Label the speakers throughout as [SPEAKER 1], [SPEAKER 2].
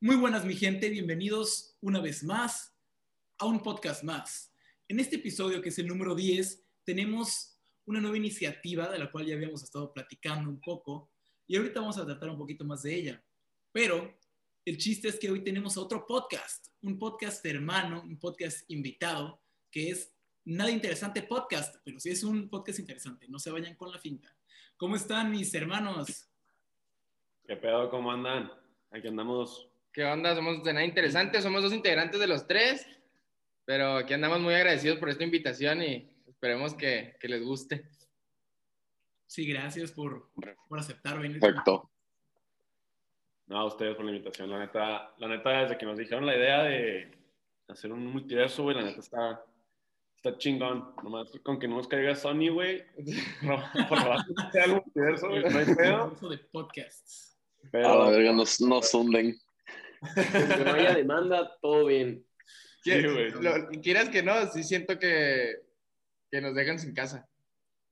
[SPEAKER 1] Muy buenas mi gente, bienvenidos una vez más a un podcast más. En este episodio, que es el número 10, tenemos una nueva iniciativa de la cual ya habíamos estado platicando un poco y ahorita vamos a tratar un poquito más de ella. Pero el chiste es que hoy tenemos otro podcast, un podcast hermano, un podcast invitado, que es Nada Interesante Podcast, pero sí es un podcast interesante, no se vayan con la finta. ¿Cómo están mis hermanos?
[SPEAKER 2] ¿Qué pedo? ¿Cómo andan? Aquí andamos.
[SPEAKER 3] ¿Qué onda? Somos de nada interesante, somos dos integrantes de los tres, pero aquí andamos muy agradecidos por esta invitación y esperemos que, que les guste.
[SPEAKER 1] Sí, gracias por, por este aceptar venir.
[SPEAKER 4] Perfecto.
[SPEAKER 2] No, a ustedes por la invitación. La neta, la neta, desde que nos dijeron la idea de hacer un multiverso, güey, la neta está, está chingón. Nomás con que no nos caiga Sony, güey. No, por favor, sea el multiverso, güey, no hay pedo.
[SPEAKER 1] Eso de podcasts.
[SPEAKER 4] A la
[SPEAKER 2] Pero,
[SPEAKER 4] verga, nos, nos hunden.
[SPEAKER 5] Que no haya demanda, todo bien.
[SPEAKER 2] Sí, güey.
[SPEAKER 3] Lo- quieras que no, sí siento que, que nos dejan sin casa.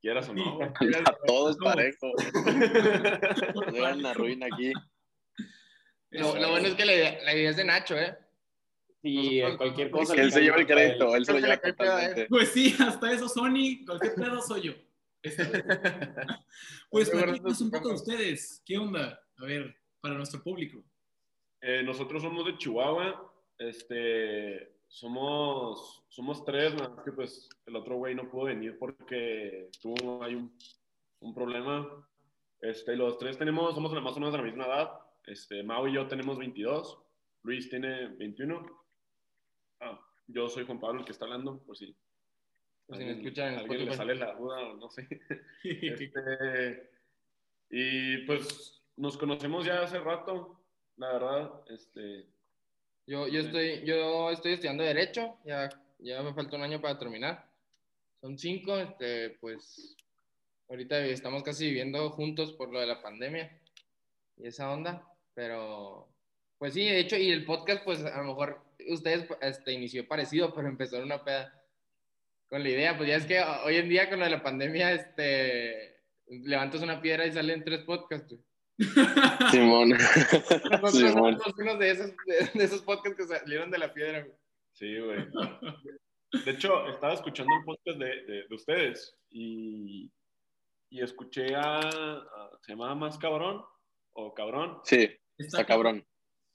[SPEAKER 2] quieras o no, güey.
[SPEAKER 3] Quieras-
[SPEAKER 4] A todos parejo. Nos dejan la ruina aquí.
[SPEAKER 3] Lo, lo bueno es que la idea, la idea es de Nacho, ¿eh?
[SPEAKER 5] Y eh, cualquier cosa.
[SPEAKER 4] Que él se lleva el crédito, él se lo
[SPEAKER 3] Creo que
[SPEAKER 4] lleva
[SPEAKER 3] le cae pedo a él.
[SPEAKER 4] totalmente.
[SPEAKER 1] Pues sí, hasta eso, Sony, cualquier pedo soy yo. Esta vez. Pues
[SPEAKER 3] Yo creo que
[SPEAKER 1] platícanos un poco de
[SPEAKER 3] nos-
[SPEAKER 1] ustedes. ¿Qué onda? A ver, para nuestro público.
[SPEAKER 2] Eh, nosotros somos de Chihuahua. Este, somos, somos tres, nada más que pues el otro güey no pudo venir porque tuvo hay un, un problema. Este, y los tres tenemos, somos más o menos de la misma edad. Este, Mau y yo tenemos 22. Luis tiene 21. Ah, yo soy Juan Pablo el que está hablando, por si.
[SPEAKER 3] Por si me
[SPEAKER 2] alguien-
[SPEAKER 3] escuchan en
[SPEAKER 2] alguien le
[SPEAKER 3] Spotify.
[SPEAKER 2] sale la duda o no sé. Este, y pues nos conocemos ya hace rato, la verdad. Este,
[SPEAKER 3] Yo, yo,
[SPEAKER 2] Sí.
[SPEAKER 3] estoy, yo estoy estudiando Derecho, ya, ya me falta un año para terminar. Son cinco, este, pues ahorita estamos casi viviendo juntos por lo de la pandemia y esa onda, pero pues sí, de hecho, y el podcast, pues a lo mejor ustedes este, inició parecido, pero empezó en una peda con la idea, pues ya es que hoy en día con lo de la pandemia, este, levantas una piedra y salen tres podcasts. güey.
[SPEAKER 4] Simón.
[SPEAKER 3] Nosotros
[SPEAKER 4] Sí, bueno.
[SPEAKER 3] somos uno de esos, de, de esos podcasts que salieron de la piedra. güey.
[SPEAKER 2] sí, güey. De hecho, estaba escuchando el podcast de, de- de ustedes y, y escuché a, a- ¿Se llamaba Más Cabrón? ¿O Cabrón?
[SPEAKER 4] Sí,
[SPEAKER 1] Está
[SPEAKER 4] está cabrón.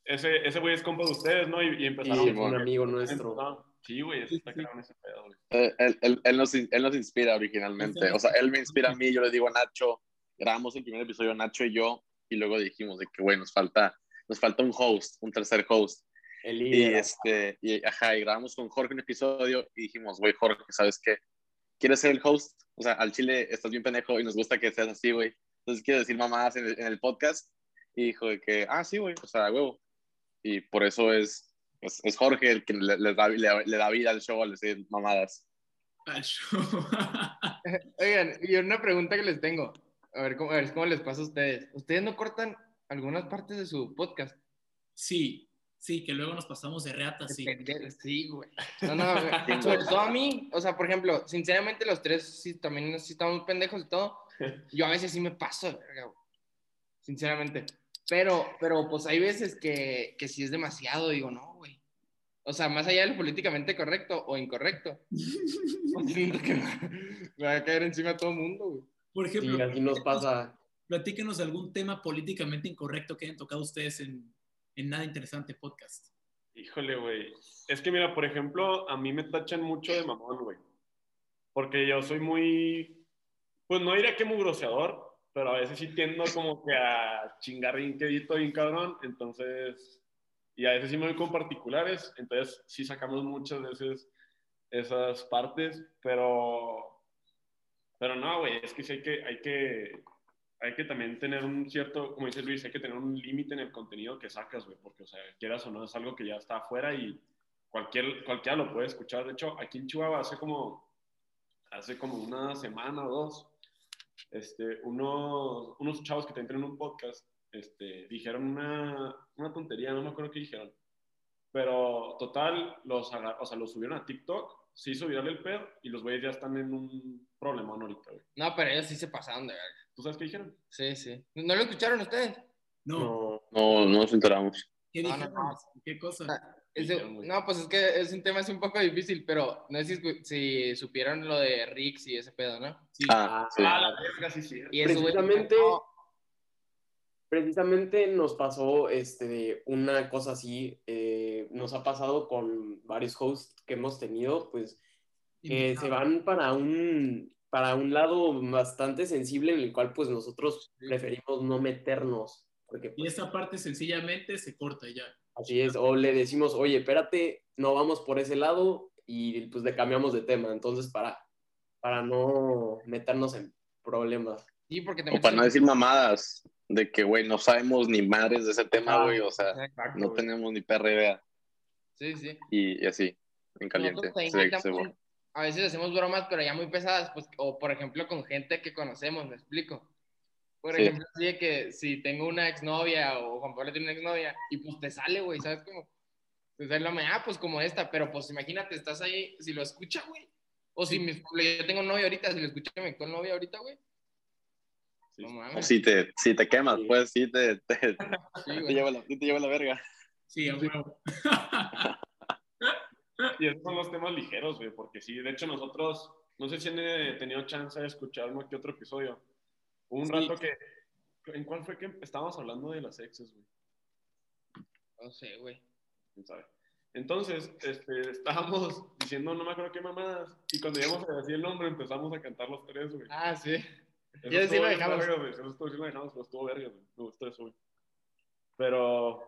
[SPEAKER 2] Ese ese güey es compa de ustedes, ¿no? Y, y empezaron.
[SPEAKER 5] Y
[SPEAKER 4] Simón.
[SPEAKER 5] un amigo nuestro.
[SPEAKER 2] Ah, Sí, güey,
[SPEAKER 1] Sí,
[SPEAKER 2] está
[SPEAKER 1] sí.
[SPEAKER 2] cabrón ese pedo, güey.
[SPEAKER 4] Eh, Él, él- él nos, in- él nos inspira originalmente. O sea, él me inspira a mí, yo le digo a Nacho. Grabamos el primer episodio Nacho y yo, y luego dijimos de que, güey, nos falta, nos falta un host, un tercer host.
[SPEAKER 5] El
[SPEAKER 4] Y
[SPEAKER 5] líder.
[SPEAKER 4] este, y, ajá, y grabamos con Jorge un episodio y dijimos, güey, Jorge, ¿sabes qué? ¿Quieres ser el host? O sea, al chile estás bien pendejo y nos gusta que seas así, güey. Entonces quiero decir mamadas en el, en el podcast. Y dijo de que, ah, sí, güey, o sea, huevo. Y por eso es, es, es Jorge el que le, le da, le- le da vida al show al decir mamadas.
[SPEAKER 1] al show.
[SPEAKER 3] Oigan, y una pregunta que les tengo. A ver, cómo, a ver cómo les pasa a ustedes. ¿Ustedes no cortan algunas partes de su podcast?
[SPEAKER 1] sí, sí, que luego nos pasamos de reata, Ah, sí.
[SPEAKER 3] Sí, güey. No, no, güey.
[SPEAKER 4] Sí,
[SPEAKER 3] Sobre
[SPEAKER 4] güey.
[SPEAKER 3] todo a mí, o sea, por ejemplo, sinceramente los tres sí, también sí estamos pendejos y todo. Yo a veces sí me paso, de verga, güey. Sinceramente. Pero, pero pues hay veces que, que sí es demasiado, digo, no, güey. O sea, más allá de lo políticamente correcto o incorrecto. Pues, siento que me- me va a caer encima a todo el mundo, güey.
[SPEAKER 1] Por ejemplo,
[SPEAKER 5] Y así nos pasa.
[SPEAKER 1] platíquenos algún tema políticamente incorrecto que hayan tocado ustedes en, en Nada Interesante Podcast.
[SPEAKER 2] Híjole, güey. Es que mira, por ejemplo, a mí me tachan mucho de mamón, güey. Porque yo soy muy, pues no diría que muy groseador, pero a veces sí tiendo como que a chingar bien quedito, bien cabrón. Entonces, y a veces sí me voy con particulares. Entonces, sí sacamos muchas veces esas partes, pero, pero no, güey. Es que sí hay que, hay que, hay que también tener un cierto, como dice Luis, hay que tener un límite en el contenido que sacas, güey, porque, o sea, quieras o no, es algo que ya está afuera y cualquier, cualquiera lo puede escuchar. De hecho, aquí en Chihuahua hace como, hace como una semana o dos, este, unos, unos chavos que te entran en un podcast, este, dijeron una, una tontería, no me acuerdo qué dijeron, pero total, los, agar- o sea, los subieron a TikTok, se hizo viral el pedo y los güeyes ya están en un problemón ahorita, güey.
[SPEAKER 3] No, pero ellos sí se pasaron de verga.
[SPEAKER 2] ¿Tú sabes qué dijeron?
[SPEAKER 3] Sí, sí. ¿No lo escucharon ustedes?
[SPEAKER 1] No,
[SPEAKER 5] No.
[SPEAKER 4] No, no nos enteramos.
[SPEAKER 1] ¿Qué
[SPEAKER 3] No, no, Ah,
[SPEAKER 1] dijeron? ¿Qué cosa?
[SPEAKER 3] Ese- no, pues es que es un tema así un poco difícil, pero no sé si, escu- si supieron lo de Rix y ese pedo, ¿no?
[SPEAKER 1] Sí.
[SPEAKER 4] Ah, sí.
[SPEAKER 2] Ah, la verga, sí, sí.
[SPEAKER 3] Y esos güeyes-
[SPEAKER 5] Precisamente-
[SPEAKER 3] no,
[SPEAKER 5] Precisamente nos pasó este, una cosa así, eh, nos ha pasado con varios hosts que hemos tenido, pues que se van para un, para un lado bastante sensible en el cual pues nosotros preferimos no meternos, porque
[SPEAKER 1] Y
[SPEAKER 5] pues,
[SPEAKER 1] esa parte sencillamente se corta y ya.
[SPEAKER 5] así es, o le decimos, oye, espérate, no vamos por ese lado y pues le cambiamos de tema, entonces para, para no meternos en problemas.
[SPEAKER 3] sí, porque te
[SPEAKER 4] O para no
[SPEAKER 3] metes
[SPEAKER 4] decir
[SPEAKER 3] en-
[SPEAKER 4] mamadas, de que, güey, no sabemos ni madres de ese tema,
[SPEAKER 5] Ajá.
[SPEAKER 4] Ah, güey, o sea,
[SPEAKER 3] Exacto,
[SPEAKER 4] no
[SPEAKER 3] güey.
[SPEAKER 4] tenemos ni perra idea.
[SPEAKER 3] Sí, sí.
[SPEAKER 4] Y, y así, en caliente.
[SPEAKER 3] Nosotros también
[SPEAKER 4] se ve que se
[SPEAKER 3] contamos-
[SPEAKER 4] borra.
[SPEAKER 3] a veces hacemos bromas, pero ya muy pesadas, pues, o por ejemplo con gente que conocemos, me explico. Por
[SPEAKER 4] Sí.
[SPEAKER 3] ejemplo, así de que si tengo una exnovia o Juan Pablo tiene una exnovia y pues te sale, güey, ¿sabes cómo? Te sale la mea, ah, pues como esta, pero pues imagínate, estás ahí, si lo escucha, güey. O si mi- yo tengo novia ahorita, si lo escucha mi actual novia ahorita, güey.
[SPEAKER 2] Sí.
[SPEAKER 3] No
[SPEAKER 4] O
[SPEAKER 3] mames.
[SPEAKER 4] si te, si te quemas,
[SPEAKER 5] Sí.
[SPEAKER 4] pues sí te, te, te
[SPEAKER 3] Sí, güey.
[SPEAKER 4] lleva la, sí te lleva la verga.
[SPEAKER 1] Sí, a huevo.
[SPEAKER 2] Y esos son los temas ligeros, güey, porque sí, de hecho nosotros, no sé si han eh, tenido chance de escuchar uno que otro episodio. Hubo un
[SPEAKER 1] Sí.
[SPEAKER 2] rato que, ¿en cuál fue que estábamos hablando de las exes, güey?
[SPEAKER 3] No sé, güey.
[SPEAKER 2] quién sabe. Entonces, este, estábamos diciendo, no me acuerdo qué mamadas, y cuando llegamos a decir el nombre empezamos a cantar los tres, güey.
[SPEAKER 3] Ah, sí.
[SPEAKER 2] Eso
[SPEAKER 3] yo sí
[SPEAKER 2] estuvo
[SPEAKER 3] lo
[SPEAKER 2] bien
[SPEAKER 3] dejamos.
[SPEAKER 2] verga, güey. Eso estuvo- sí lo dejamos, pero estuvo verga, güey. Me gustó eso, güey. Pero,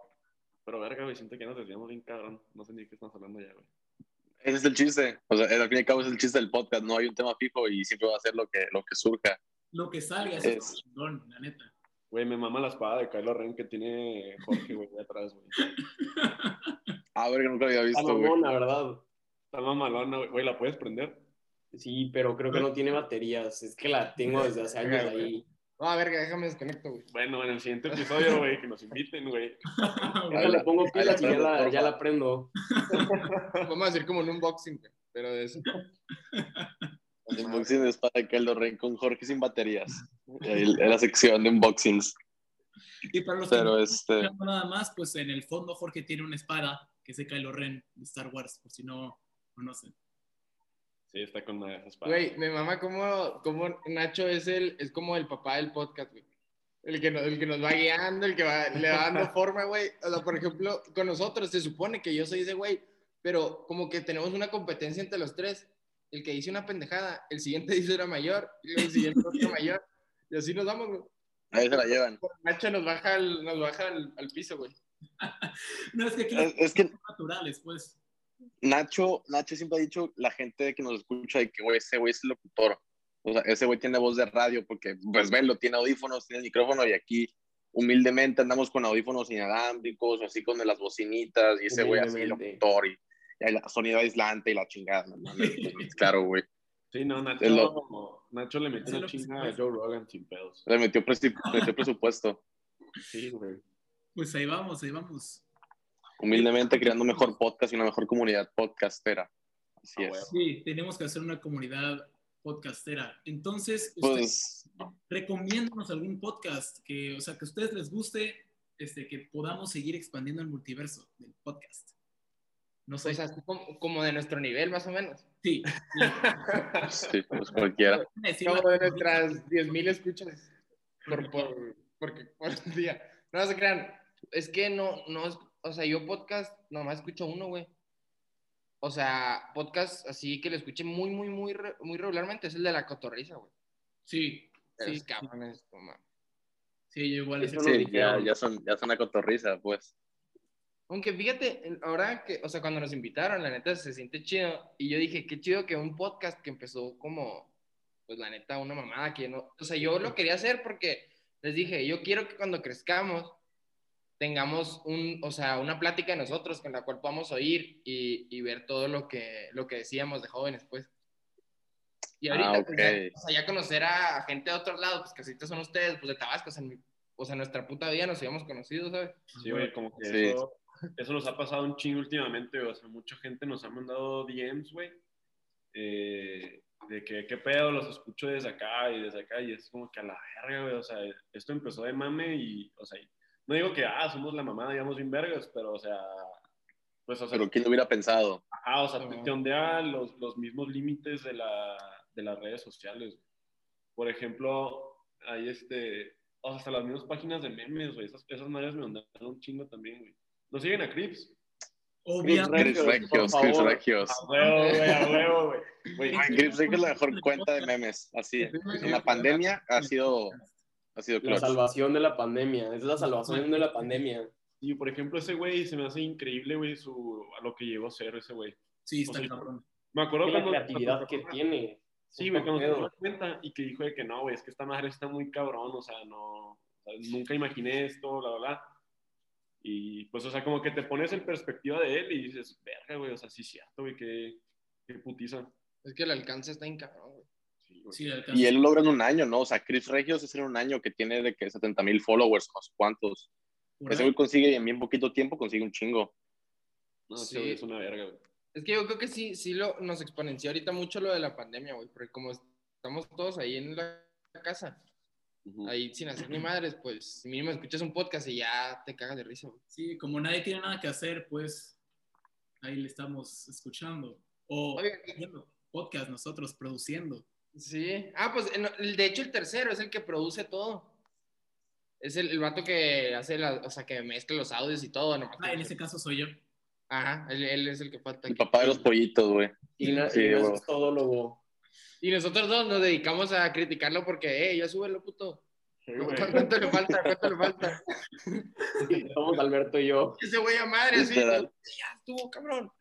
[SPEAKER 2] pero verga, güey, siento que ya nos desviamos bien cabrón. No sé ni de qué estamos hablando ya, güey.
[SPEAKER 4] Ese es el chiste. O sea, al fin y al cabo es el chiste del podcast. No hay un tema fijo y siempre va a ser lo que, lo que surja.
[SPEAKER 1] Lo que salga
[SPEAKER 4] Es-
[SPEAKER 1] eso es chingón, la neta.
[SPEAKER 2] Güey, me mama la espada de Kylo Ren que tiene Jorge, güey, de atrás, güey.
[SPEAKER 4] A ver, que Ah, nunca lo había
[SPEAKER 5] Está
[SPEAKER 4] visto, güey.
[SPEAKER 5] mamón, la verdad.
[SPEAKER 2] Está mamalona, güey. güey. ¿La puedes prender?
[SPEAKER 5] Sí, pero creo que no tiene baterías. Es que la tengo desde hace años ahí.
[SPEAKER 3] No, a ver, déjame desconecto, güey.
[SPEAKER 2] Bueno, en el siguiente episodio, güey, que nos inviten, güey.
[SPEAKER 5] Ya le pongo
[SPEAKER 4] ahí la
[SPEAKER 5] pilas y ya
[SPEAKER 4] prendo,
[SPEAKER 5] la,
[SPEAKER 4] porfa.
[SPEAKER 5] ya la prendo.
[SPEAKER 3] Vamos a decir como un unboxing, güey. Pero de eso.
[SPEAKER 4] Unboxing de espada de Kylo Ren con Jorge sin baterías. Y ahí en la sección de unboxings.
[SPEAKER 1] Y para los que no
[SPEAKER 4] Pero este,
[SPEAKER 1] escuchando nada más, pues en el fondo Jorge tiene una espada que es de Kylo Ren de Star Wars, por si no conocen.
[SPEAKER 2] Sí, está con una de esas espadas.
[SPEAKER 3] Güey, mi mamá, como, como Nacho es el, es como el papá del podcast, güey. El que, no- el que nos va guiando, el que va, le va dando forma, güey. O sea, por ejemplo, con nosotros se supone que yo soy ese güey, pero como que tenemos una competencia entre los tres. El que dice una pendejada, el siguiente dice una mayor, y luego el siguiente otra mayor. Y así nos vamos, güey.
[SPEAKER 4] ahí se la llevan.
[SPEAKER 3] Nacho nos baja al, nos baja al, al piso, güey.
[SPEAKER 1] No, es que aquí
[SPEAKER 4] Es,
[SPEAKER 1] las
[SPEAKER 4] es que
[SPEAKER 1] son naturales, pues.
[SPEAKER 4] Nacho, Nacho siempre ha dicho la gente que nos escucha de que, güey, ese güey es el locutor. O sea, ese güey tiene voz de radio porque, pues, velo, tiene audífonos, tiene el micrófono y aquí humildemente andamos con audífonos inalámbricos o así con de las bocinitas y ese güey así
[SPEAKER 5] Humildemente.
[SPEAKER 4] locutor y, y el sonido aislante y la chingada. no mames, pues, claro, güey.
[SPEAKER 2] Sí, no, Nacho,
[SPEAKER 4] El
[SPEAKER 2] Nacho le metió
[SPEAKER 1] Es lo
[SPEAKER 2] una
[SPEAKER 1] que se
[SPEAKER 2] chinga a
[SPEAKER 1] puede.
[SPEAKER 2] Joe Rogan sin pedos.
[SPEAKER 4] Le metió, presi- metió presupuesto.
[SPEAKER 2] Sí, güey.
[SPEAKER 1] Pues ahí vamos, ahí vamos.
[SPEAKER 4] Humildemente creando un mejor podcast y una mejor comunidad podcastera. Así
[SPEAKER 2] Ah,
[SPEAKER 4] es.
[SPEAKER 1] Sí, tenemos que hacer una comunidad podcastera. Entonces, ustedes
[SPEAKER 4] Pues,
[SPEAKER 1] recomiéndanos algún podcast que, o sea, que a ustedes les guste, este, que podamos seguir expandiendo el multiverso del podcast. No sé.
[SPEAKER 3] O
[SPEAKER 4] Pues,
[SPEAKER 3] sea, así como, como de nuestro nivel, más o menos.
[SPEAKER 1] sí.
[SPEAKER 4] sí, pues cualquiera.
[SPEAKER 1] Déjenme decir la-
[SPEAKER 3] Como de nuestras 10.000 escuchas por, por, porque- por día. No se crean. Es que no, no, es- o sea, yo podcast nomás escucho uno, güey. O sea, podcast así que lo escuché muy, muy, muy, re- muy regularmente es el de la cotorriza, güey.
[SPEAKER 1] Sí,
[SPEAKER 3] Sí,
[SPEAKER 1] sí,
[SPEAKER 3] cabrones, no mames.
[SPEAKER 1] sí, yo igual.
[SPEAKER 5] Eso
[SPEAKER 1] es-
[SPEAKER 5] no
[SPEAKER 4] Sí, ya,
[SPEAKER 5] dijeron.
[SPEAKER 4] ya son, ya son la cotorriza, pues.
[SPEAKER 3] Aunque fíjate, ahora que, o sea, cuando nos invitaron, la neta se siente chido. Y yo dije, qué chido que un podcast que empezó como, pues la neta, una mamada que no. O sea, yo lo quería hacer porque les dije, yo quiero que cuando crezcamos tengamos un, o sea, una plática de nosotros con la cual podamos oír y, y ver todo lo que, lo que decíamos de jóvenes, pues. Y ahorita,
[SPEAKER 4] Ah,
[SPEAKER 3] pues,
[SPEAKER 4] ok.
[SPEAKER 3] ya, o sea, ya conocer a gente de otros lados, pues que ahorita son ustedes, pues de Tabasco, o sea, en mi- o sea, nuestra puta vida nos habíamos conocido, ¿sabes?
[SPEAKER 2] Sí, güey, como que
[SPEAKER 4] Sí.
[SPEAKER 2] eso, eso nos ha pasado un chingo últimamente, güey. O sea, mucha gente nos ha mandado DMs, güey. eh, de que, qué pedo, los escucho desde acá y desde acá. Y es como que a la verga, güey. O sea, esto empezó de mame y, o sea, y No digo que, ah, somos la mamada, digamos, bien vergas, pero, o sea, pues, o sea,
[SPEAKER 4] Pero ¿quién lo hubiera pensado?
[SPEAKER 2] ajá, Ah, o sea,
[SPEAKER 3] Ajá.
[SPEAKER 2] te, te ondea los, los mismos límites de, la, de las redes sociales. güey. Por ejemplo, hay este, o sea, hasta las mismas páginas de memes, güey, esas, esas madres me ondean un chingo también, güey. ¿No siguen a Crips?
[SPEAKER 1] Obviamente.
[SPEAKER 4] Crips Regios,
[SPEAKER 5] Regios, por
[SPEAKER 4] Crips
[SPEAKER 5] favor.
[SPEAKER 4] Regios.
[SPEAKER 2] A huevo, güey, a huevo, güey. Güey,
[SPEAKER 1] Ah,
[SPEAKER 4] Crips Regios es la mejor cuenta de memes, así. En la pandemia ha sido, ha sido
[SPEAKER 5] La
[SPEAKER 4] clutch.
[SPEAKER 5] salvación de la pandemia, es la salvación de la pandemia.
[SPEAKER 2] y, por ejemplo, ese güey se me hace increíble, güey, su, a lo que llegó a ser ese güey.
[SPEAKER 1] Sí, está
[SPEAKER 2] O sea,
[SPEAKER 1] cabrón.
[SPEAKER 2] Me acuerdo
[SPEAKER 5] La
[SPEAKER 2] cuando...
[SPEAKER 5] creatividad
[SPEAKER 2] cuando-
[SPEAKER 5] que tiene.
[SPEAKER 2] Sí, güey, cuando se
[SPEAKER 5] Pedo.
[SPEAKER 2] dio cuenta y que dijo de que no, güey, es que esta madre está muy cabrón, o sea, no, o sea, nunca imaginé esto, bla, bla, bla. Y pues, o sea, como que te pones en perspectiva de él y dices, verga, güey, o sea, sí, es cierto, güey, qué, qué putiza.
[SPEAKER 3] Es que el alcance está en cabrón, güey.
[SPEAKER 2] Sí, güey.
[SPEAKER 1] Sí, alcanza.
[SPEAKER 4] Y él logra en un año, ¿no? O sea, Crips Regios es en un año que tiene de que 70 mil followers, no sé cuántos.
[SPEAKER 1] Por
[SPEAKER 4] Ese
[SPEAKER 1] ahí.
[SPEAKER 4] güey consigue en bien poquito tiempo, consigue un chingo.
[SPEAKER 2] No,
[SPEAKER 3] Sí.
[SPEAKER 2] sí, güey, es una verga, güey.
[SPEAKER 3] Es que yo creo que sí, sí lo, nos exponenció ahorita mucho lo de la pandemia, güey, porque como estamos todos ahí en la casa,
[SPEAKER 2] Ujú.
[SPEAKER 3] ahí sin hacer ni madres, pues mínimo escuchas un podcast y ya te cagas de risa, güey.
[SPEAKER 1] Sí, como nadie tiene nada que hacer, pues ahí le estamos escuchando. O
[SPEAKER 3] Oye,
[SPEAKER 1] viendo podcast nosotros produciendo.
[SPEAKER 3] Sí. Ah, pues eh, no, el- de hecho el tercero es el que produce todo. Es el, el vato que hace la, o sea, que mezcla los audios y todo, nomás
[SPEAKER 1] Ah,
[SPEAKER 3] que-
[SPEAKER 1] en este caso soy yo.
[SPEAKER 3] Ajá, él, él es el que falta.
[SPEAKER 4] El
[SPEAKER 3] aquí.
[SPEAKER 4] papá de los pollitos, güey.
[SPEAKER 5] Igna-
[SPEAKER 4] Sí,
[SPEAKER 5] Ignacio
[SPEAKER 4] güey.
[SPEAKER 5] es todólogo.
[SPEAKER 3] Y nosotros dos nos dedicamos a criticarlo porque, eh, ya súbelo, puto.
[SPEAKER 2] Sí, güey.
[SPEAKER 3] ¿Cu- ¿Cuánto le falta? ¿Cuánto le falta?
[SPEAKER 5] Somos Alberto y yo.
[SPEAKER 3] Ese güey a madre, así.
[SPEAKER 4] Literal.
[SPEAKER 3] Ya estuvo, cabrón.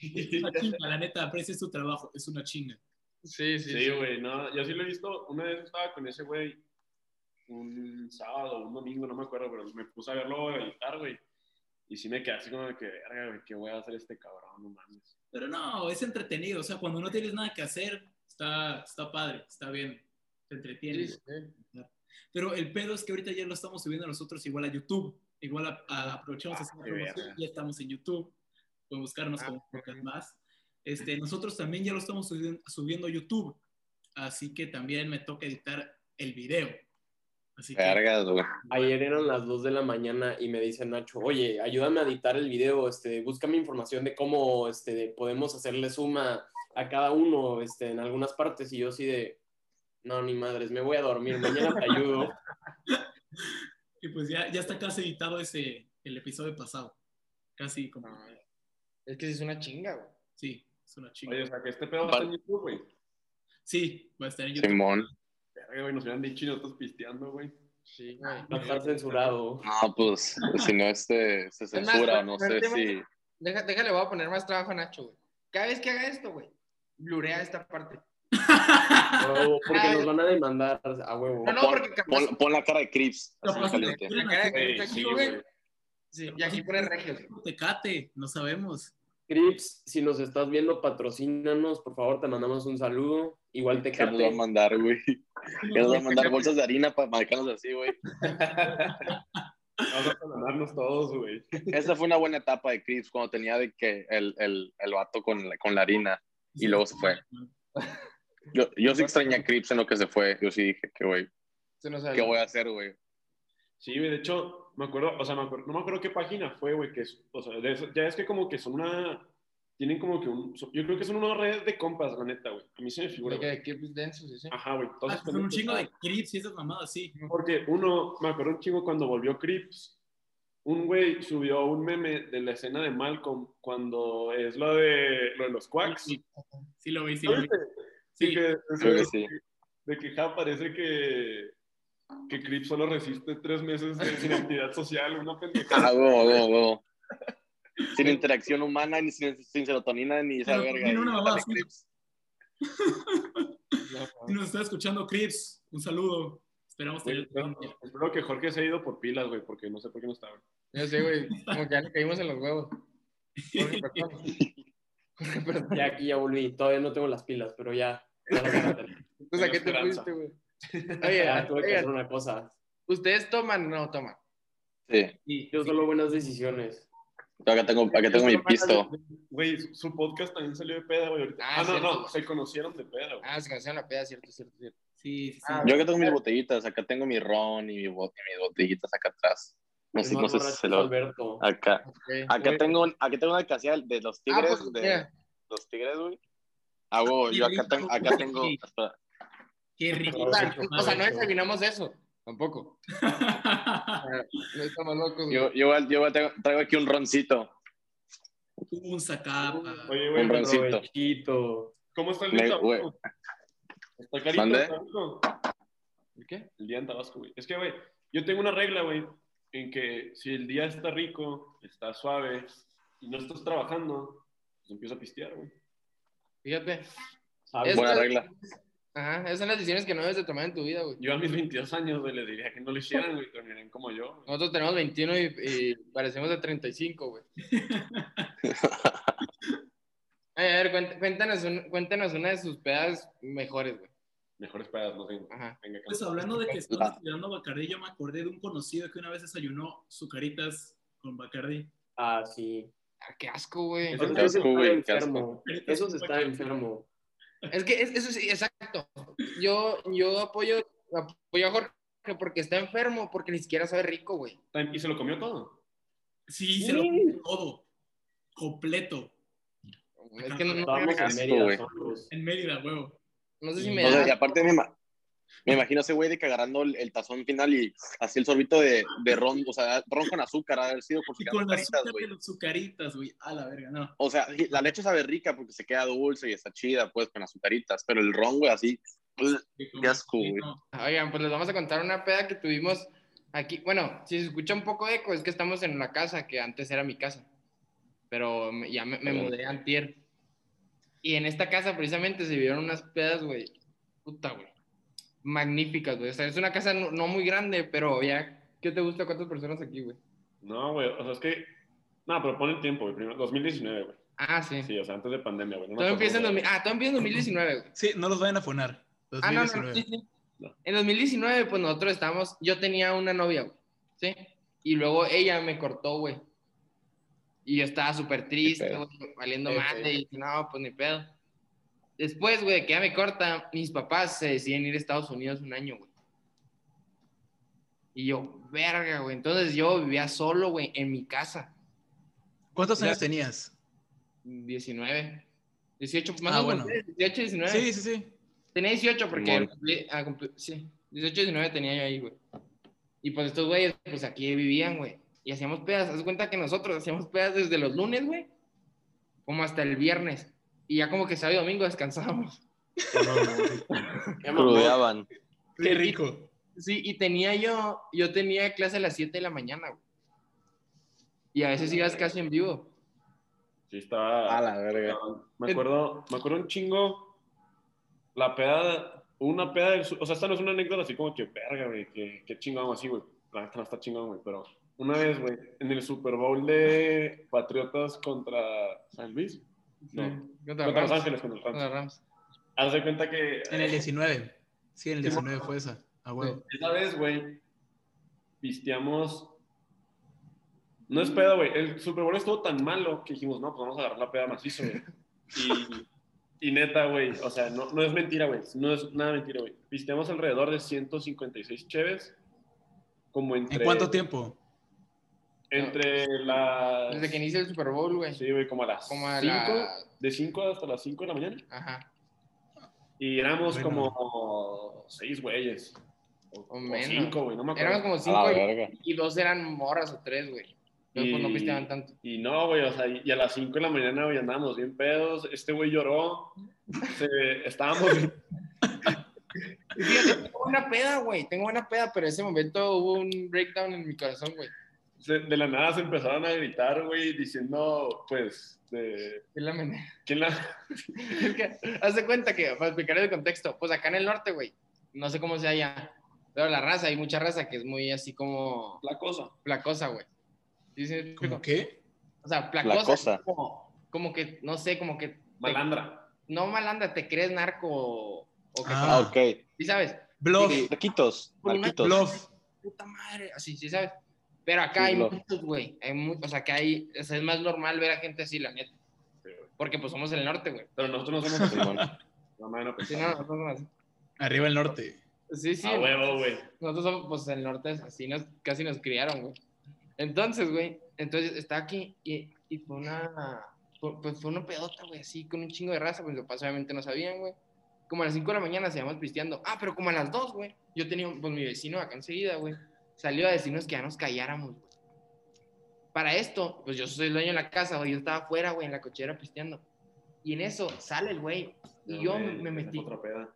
[SPEAKER 1] Es una chinga, la neta, aprecia su trabajo. Es una chinga.
[SPEAKER 3] Sí, sí.
[SPEAKER 2] Sí,
[SPEAKER 3] sí.
[SPEAKER 2] güey, no, yo sí lo he visto, una vez estaba con ese güey un sábado, un domingo, no me acuerdo, pero me puse a verlo editar, güey. Y sí me quedé así como de que, verga, güey, ¿qué voy a hacer este cabrón? No mames.
[SPEAKER 1] Pero no, es entretenido. O sea, cuando no tienes nada que hacer, está, está padre, está bien. Te
[SPEAKER 3] Sí,
[SPEAKER 1] entretienes.
[SPEAKER 3] sí.
[SPEAKER 1] Pero el pedo es que ahorita ya lo estamos subiendo nosotros igual a YouTube. Igual a, a- aprovechamos esa
[SPEAKER 2] qué
[SPEAKER 1] promoción,
[SPEAKER 2] verga.
[SPEAKER 1] Ya estamos en YouTube. Pueden buscarnos
[SPEAKER 3] Ah,
[SPEAKER 1] como Podcast
[SPEAKER 3] ok.
[SPEAKER 1] Más. Este, nosotros también ya lo estamos subi- subiendo a YouTube. Así que también me toca editar el video. Así que
[SPEAKER 4] Vergas, güey.
[SPEAKER 5] Ayer eran las 2 de la mañana y me dice Nacho, oye, ayúdame a editar el video, este, búscame información de cómo este, podemos hacerle suma a cada uno este, en algunas partes. Y yo así de, no, ni madres, me voy a dormir, mañana te ayudo.
[SPEAKER 1] y pues ya, ya está casi editado ese, el episodio pasado. Casi como,
[SPEAKER 3] No, Es que sí es una chinga, güey.
[SPEAKER 1] sí, es una chinga.
[SPEAKER 2] Oye, o sea, que este pedo va a estar en YouTube, güey.
[SPEAKER 1] Sí, va a estar en YouTube.
[SPEAKER 4] Simón.
[SPEAKER 2] Verga, güey, nos hubieran dicho y nosotros pisteando, güey.
[SPEAKER 3] Sí, güey.
[SPEAKER 5] Va a estar censurado.
[SPEAKER 4] No, pues, si no este, se censura, no sé si...
[SPEAKER 3] Deja, déjale, voy a poner más trabajo a Nacho, güey. Cada vez que haga esto, güey, blurea esta parte.
[SPEAKER 5] A huevo, porque nos van a demandar a huevo.
[SPEAKER 3] No, no, porque capaz-
[SPEAKER 4] Pon, pon la cara de Crips, así
[SPEAKER 1] Capaz
[SPEAKER 4] caliente.
[SPEAKER 1] que-
[SPEAKER 3] La cara de
[SPEAKER 2] Güey,
[SPEAKER 3] Crips aquí,
[SPEAKER 2] sí,
[SPEAKER 3] güey.
[SPEAKER 2] güey.
[SPEAKER 3] Sí, y aquí pone regios.
[SPEAKER 1] Tecate, no sabemos.
[SPEAKER 5] Crips, si nos estás viendo, patrocínanos, por favor, te mandamos un saludo. Igual te
[SPEAKER 4] ¿Qué nos va a
[SPEAKER 5] cate.
[SPEAKER 4] mandar, güey? ¿Qué nos va a mandar? Bolsas de harina para marcarnos así, güey.
[SPEAKER 2] Vamos a ganarnos todos, güey.
[SPEAKER 4] Esa fue una buena etapa de Crips, cuando tenía de que el, el, el vato con, la- con la harina. Y luego se fue. Yo, yo sí extrañé a Crips en lo que se fue. Yo sí dije que, güey,
[SPEAKER 3] Se nos
[SPEAKER 4] ¿qué voy a hacer, güey?
[SPEAKER 2] Sí, güey, de hecho, me acuerdo, o sea, me acuerdo- no me acuerdo qué página fue, güey, que es, o sea, de eso- ya es que como que son una, tienen como que un, yo creo que son una red de compas, la neta, güey. A mí se me figura,
[SPEAKER 3] Porque
[SPEAKER 2] güey.
[SPEAKER 3] aquí es denso, pues, sí, sí.
[SPEAKER 2] Ajá, güey. todos
[SPEAKER 1] Ah, con un
[SPEAKER 2] pendejos,
[SPEAKER 1] chingo
[SPEAKER 2] ah,
[SPEAKER 1] de clips y esas mamadas, sí.
[SPEAKER 2] Porque uno, me acuerdo un chingo cuando volvió Crips, un güey subió un meme de la escena de Malcolm cuando es lo de, lo de los quacks.
[SPEAKER 1] Sí, Sí lo vi, sí
[SPEAKER 2] ¿No
[SPEAKER 1] lo vi.
[SPEAKER 2] viste?
[SPEAKER 1] Sí,
[SPEAKER 2] Sí, que,
[SPEAKER 4] Creo que sí.
[SPEAKER 2] de que ja, parece que, que Crips solo resiste tres meses de sin actividad social, una pendejada.
[SPEAKER 4] Ah, huevo, huevo, huevo. Sin interacción humana, ni sin, sin serotonina, ni esa
[SPEAKER 1] Pero,
[SPEAKER 4] verga.
[SPEAKER 1] mira, una
[SPEAKER 4] Y
[SPEAKER 1] mamá
[SPEAKER 4] dale
[SPEAKER 1] así.
[SPEAKER 4] Crips.
[SPEAKER 1] Si nos está escuchando Crips, un saludo. Esperamos
[SPEAKER 2] Güey,
[SPEAKER 1] tener
[SPEAKER 2] espero espero que Jorge se ha ido por pilas, güey, porque no sé por qué no está. güey.
[SPEAKER 3] Yo sé, güey. Como que ya le caímos en los huevos. Jorge, perdón. Jorge, perdón.
[SPEAKER 5] Ya aquí ya volví, todavía no tengo las pilas, pero ya. ya las voy a tener.
[SPEAKER 3] Pues, ¿a qué te
[SPEAKER 2] Esperanza.
[SPEAKER 3] fuiste, güey?
[SPEAKER 5] Ya
[SPEAKER 3] Oye,
[SPEAKER 5] tuve que
[SPEAKER 3] oigan,
[SPEAKER 5] hacer una cosa.
[SPEAKER 3] ¿ustedes toman o no toman?
[SPEAKER 4] Sí,
[SPEAKER 5] Yo solo buenas decisiones.
[SPEAKER 4] yo acá tengo, acá tengo mi pisto.
[SPEAKER 2] Güey, su- su podcast también salió de peda, güey. ahorita.
[SPEAKER 3] Ah,
[SPEAKER 2] Ah, no,
[SPEAKER 3] cierto.
[SPEAKER 2] no, se conocieron de peda, güey.
[SPEAKER 3] Ah, se cansaron la peda, cierto, cierto, cierto.
[SPEAKER 1] Sí, sí, sí.
[SPEAKER 3] Ah,
[SPEAKER 4] Yo acá tengo mis botellitas, acá tengo mi ron y mi bot- y mis botellitas acá atrás. No sé,
[SPEAKER 5] Es más
[SPEAKER 4] no sé si
[SPEAKER 5] borracho
[SPEAKER 4] se
[SPEAKER 5] que
[SPEAKER 4] lo...
[SPEAKER 5] Alberto.
[SPEAKER 4] Acá,
[SPEAKER 3] ok.
[SPEAKER 4] acá tengo, aquí tengo una alcancía de los
[SPEAKER 3] Ah,
[SPEAKER 4] tigres,
[SPEAKER 3] pues,
[SPEAKER 4] de
[SPEAKER 3] mira,
[SPEAKER 4] los tigres, güey. Ah, huevo, yo acá, ten- acá tengo... espera.
[SPEAKER 1] Qué rico.
[SPEAKER 3] o sea, o sea, no
[SPEAKER 5] Mauricio.
[SPEAKER 3] examinamos eso, tampoco. O sea, no estamos locos.
[SPEAKER 4] Yo, yo, voy a- yo voy a- traigo, traigo aquí un roncito.
[SPEAKER 1] Un
[SPEAKER 3] Ah,
[SPEAKER 1] sacapa.
[SPEAKER 2] Oye, güey,
[SPEAKER 4] Un
[SPEAKER 2] pero-
[SPEAKER 4] roncito.
[SPEAKER 5] Provechito.
[SPEAKER 2] ¿cómo está el
[SPEAKER 4] Me-
[SPEAKER 2] día en Tabasco?
[SPEAKER 4] güey.
[SPEAKER 2] ¿Está carito?
[SPEAKER 4] ¿Mande?
[SPEAKER 2] ¿Está rico?
[SPEAKER 3] ¿El qué?
[SPEAKER 2] El día en Tabasco, güey. Es que, güey, yo tengo una regla, güey, en que si el día está rico, está suave y no estás trabajando, pues empieza a pistear, güey.
[SPEAKER 3] Fíjate.
[SPEAKER 5] ¿Sabes?
[SPEAKER 4] Buena
[SPEAKER 3] Esas-
[SPEAKER 4] regla.
[SPEAKER 3] Ajá, esas son las decisiones que no debes de tomar en tu vida, güey.
[SPEAKER 2] Yo a mis 22 años, güey, les diría que no lo hicieran, güey, que miren como yo. güey.
[SPEAKER 3] Nosotros tenemos 21 y, y parecemos de 35, güey. Ay, a ver, cuént- cuéntanos, un- cuéntanos una de sus pedas mejores, güey.
[SPEAKER 2] Mejores pedas, no sé.
[SPEAKER 3] Ajá.
[SPEAKER 2] Venga, acá.
[SPEAKER 1] Pues hablando de que están
[SPEAKER 4] La-
[SPEAKER 1] estudiando Bacardí, yo me acordé de un conocido que una vez desayunó sucaritas con Bacardí.
[SPEAKER 5] Ah, sí.
[SPEAKER 3] Ah, Qué asco, güey.
[SPEAKER 2] Eso-
[SPEAKER 5] Eso se
[SPEAKER 4] asco,
[SPEAKER 5] está
[SPEAKER 4] güey, qué
[SPEAKER 5] enfermo. Eso se está enfermo.
[SPEAKER 3] Es que es- eso sí, exacto. Yo, yo apoyo, apoyo a Jorge porque está enfermo, porque ni siquiera sabe rico, güey.
[SPEAKER 2] ¿Y se lo comió todo?
[SPEAKER 1] Sí, se lo comió todo. Completo.
[SPEAKER 3] Es que no, no-
[SPEAKER 5] Estábamos en
[SPEAKER 4] asco,
[SPEAKER 5] Mérida
[SPEAKER 4] güey.
[SPEAKER 5] solos.
[SPEAKER 1] En Mérida, huevo.
[SPEAKER 3] no sé si me
[SPEAKER 4] O sea, y
[SPEAKER 3] da.
[SPEAKER 4] aparte me, ima- me imagino ese güey de que agarrando el, el tazón final y así el sorbito de, de ron, o sea, ron con azúcar, ha de haber sido por si
[SPEAKER 1] Y con las
[SPEAKER 4] caritas,
[SPEAKER 1] azúcar
[SPEAKER 4] güey.
[SPEAKER 1] de los sucaritas, güey. A la verga, no.
[SPEAKER 4] O sea, y la leche sabe rica porque se queda dulce y está chida, pues, con azucaritas, pero el ron, güey, así, ugh, Qué asco, güey.
[SPEAKER 1] No.
[SPEAKER 3] Oigan, pues les vamos a contar una peda que tuvimos aquí. Bueno, si se escucha un poco de eco, es que estamos en la casa que antes era mi casa. Pero me- ya me, me mudé a Antier. Y en esta casa precisamente se vivieron unas pedas, güey. Puta, güey. Magníficas, güey. O sea, es una casa no, no muy grande, pero ya. ¿Qué te gusta? ¿Cuántas personas aquí, güey?
[SPEAKER 2] No, güey, o sea, es que... No, pero pon el tiempo, güey. Primero, 2019, güey.
[SPEAKER 3] Ah, sí.
[SPEAKER 2] Sí, o sea, antes de pandemia, güey. No me
[SPEAKER 3] todo
[SPEAKER 2] acuerdo,
[SPEAKER 3] empieza en,
[SPEAKER 2] güey.
[SPEAKER 3] 2000 ah, todo empieza en 2019, güey.
[SPEAKER 1] Sí, no los vayan a fonar.
[SPEAKER 3] Ah, no, no,
[SPEAKER 1] 2019.
[SPEAKER 3] sí, sí.
[SPEAKER 2] No.
[SPEAKER 3] En 2019, pues nosotros estábamos, yo tenía una novia, güey, ¿sí? Y luego ella me cortó, güey. Y yo estaba súper triste,
[SPEAKER 4] Qué pedo.
[SPEAKER 3] güey, valiendo
[SPEAKER 5] Qué
[SPEAKER 3] madre,
[SPEAKER 5] feo.
[SPEAKER 3] y dije, no, pues ni pedo. Después, güey, de que ella me corta, mis papás se deciden ir a Estados Unidos un año, güey. Y yo, verga, güey. Entonces yo vivía solo, güey, en mi casa.
[SPEAKER 6] ¿Cuántos
[SPEAKER 3] Ya.
[SPEAKER 6] años tenías?
[SPEAKER 3] 19, 18, más
[SPEAKER 6] Ah,
[SPEAKER 3] o menos,
[SPEAKER 6] bueno.
[SPEAKER 3] 18, 19.
[SPEAKER 6] Sí, sí, sí.
[SPEAKER 3] Tenía 18 porque
[SPEAKER 4] Simón.
[SPEAKER 3] cumplí- ah, cumplí- sí, 18, 19 tenía yo ahí, güey. Y pues estos güeyes, pues aquí vivían, güey. Y hacíamos pedas. Haz cuenta que nosotros hacíamos pedas desde los lunes, güey. Como hasta el viernes. Y ya como que sábado y domingo descansábamos.
[SPEAKER 5] Qué mamón. Qué mamón.
[SPEAKER 4] crudeaban.
[SPEAKER 6] Qué rico.
[SPEAKER 3] Sí, y tenía yo, yo tenía clase a las 7 de la mañana, güey. Y a veces ibas casi en vivo.
[SPEAKER 2] Sí, estaba...
[SPEAKER 4] A la verga.
[SPEAKER 2] Eh, Me acuerdo, me acuerdo un chingo la peda, una peda del sur, o sea, esta no es una anécdota así como que, verga, güey, que, que chingón así, güey. La neta no está chingón, güey, pero una vez, güey, en el Super Bowl de Patriotas contra San Luis, no, contra
[SPEAKER 3] Contra
[SPEAKER 2] Los
[SPEAKER 3] Rams.
[SPEAKER 2] Ángeles, contra los
[SPEAKER 3] Contra
[SPEAKER 2] Rams.
[SPEAKER 3] Rams.
[SPEAKER 2] Haz de cuenta que
[SPEAKER 6] En el 19. Sí, en el
[SPEAKER 2] Sí,
[SPEAKER 6] 19 fue esa. Ah, huevo.
[SPEAKER 2] esa vez, güey, pisteamos. No es pedo, güey. El Super Bowl estuvo tan malo que dijimos, no, pues vamos a agarrar la peda macizo, güey. Y, y neta, güey, o sea, no, no es mentira, güey. No es nada mentira, güey. Pisteamos alrededor de 156 cheves. Como entre.
[SPEAKER 6] ¿En cuánto tiempo?
[SPEAKER 2] Entre la.
[SPEAKER 3] Desde que inicia el Super Bowl, güey.
[SPEAKER 2] Sí, güey, como a las.
[SPEAKER 3] Como a
[SPEAKER 2] cinco,
[SPEAKER 3] la-
[SPEAKER 2] De 5 hasta las 5 de la mañana.
[SPEAKER 3] Ajá.
[SPEAKER 2] Y éramos
[SPEAKER 6] Bueno.
[SPEAKER 2] como 6 güeyes. O,
[SPEAKER 3] O menos.
[SPEAKER 2] 5, güey, no me acuerdo.
[SPEAKER 3] Éramos como
[SPEAKER 4] A la
[SPEAKER 3] 5
[SPEAKER 4] verga.
[SPEAKER 3] y dos eran morras o tres, güey. Entonces, pues no
[SPEAKER 2] Y-
[SPEAKER 3] pisteaban tanto.
[SPEAKER 2] Y no, güey, o sea, y y a las 5 de la mañana, güey, andábamos bien pedos. Este güey lloró. Se- estábamos.
[SPEAKER 3] Y fíjate, tengo una peda, güey. Tengo una peda, pero en ese momento hubo un breakdown en mi corazón, güey.
[SPEAKER 2] se- de la nada se empezaron a gritar, güey, diciendo, pues, de,
[SPEAKER 3] Es la manera.
[SPEAKER 2] ¿quién la.?
[SPEAKER 3] Es que, haz de cuenta que, para explicar el contexto, pues acá en el norte, güey, no sé cómo sea allá, pero la raza, hay mucha raza que es muy así como
[SPEAKER 2] La cosa.
[SPEAKER 3] placosa, güey. ¿Sí se me
[SPEAKER 6] ¿Cómo
[SPEAKER 3] explico?
[SPEAKER 6] qué?
[SPEAKER 3] O sea, placosa.
[SPEAKER 4] Placosa.
[SPEAKER 3] es Como, como que, no sé, como que. te-
[SPEAKER 2] Malandra.
[SPEAKER 3] no malanda, te crees narco o, o que.
[SPEAKER 6] Ah.
[SPEAKER 4] Ah, ok.
[SPEAKER 3] ¿Sí sabes?
[SPEAKER 6] Bluff.
[SPEAKER 4] Marquitos, Marquitos.
[SPEAKER 6] Bluff.
[SPEAKER 3] puta madre, así, ¿sí sabes? Pero acá
[SPEAKER 4] Sí,
[SPEAKER 3] hay
[SPEAKER 4] lo-
[SPEAKER 3] muchos, güey, hay muchos, o sea, que hay, o sea, es más normal ver a gente así, la neta. Porque pues somos el norte, güey.
[SPEAKER 2] Pero nosotros no somos así.
[SPEAKER 4] Simón.
[SPEAKER 2] No, no, no,
[SPEAKER 3] Sí,
[SPEAKER 2] pensaba.
[SPEAKER 3] no, no, no, no.
[SPEAKER 6] Arriba el norte.
[SPEAKER 3] Sí, sí.
[SPEAKER 2] A huevo, güey.
[SPEAKER 3] Nosotros somos, pues, el norte así nos, casi nos criaron, güey. Entonces, güey, entonces está aquí y, y fue una, fue- pues fue una pedota, güey, así, con un chingo de raza, pues lo pasó, obviamente no sabían, güey. Como a las 5 de la mañana se llaman pisteando. Ah, pero como a las 2, güey. Yo tenía, un- pues mi vecino acá enseguida, güey. Salió a decirnos que ya nos calláramos, güey. Para esto, pues yo soy el dueño de la casa, güey. Yo estaba afuera, güey, en la cochera pisteando. Y en eso sale el güey. Y yo me, me metí.
[SPEAKER 2] Otra peda.
[SPEAKER 3] No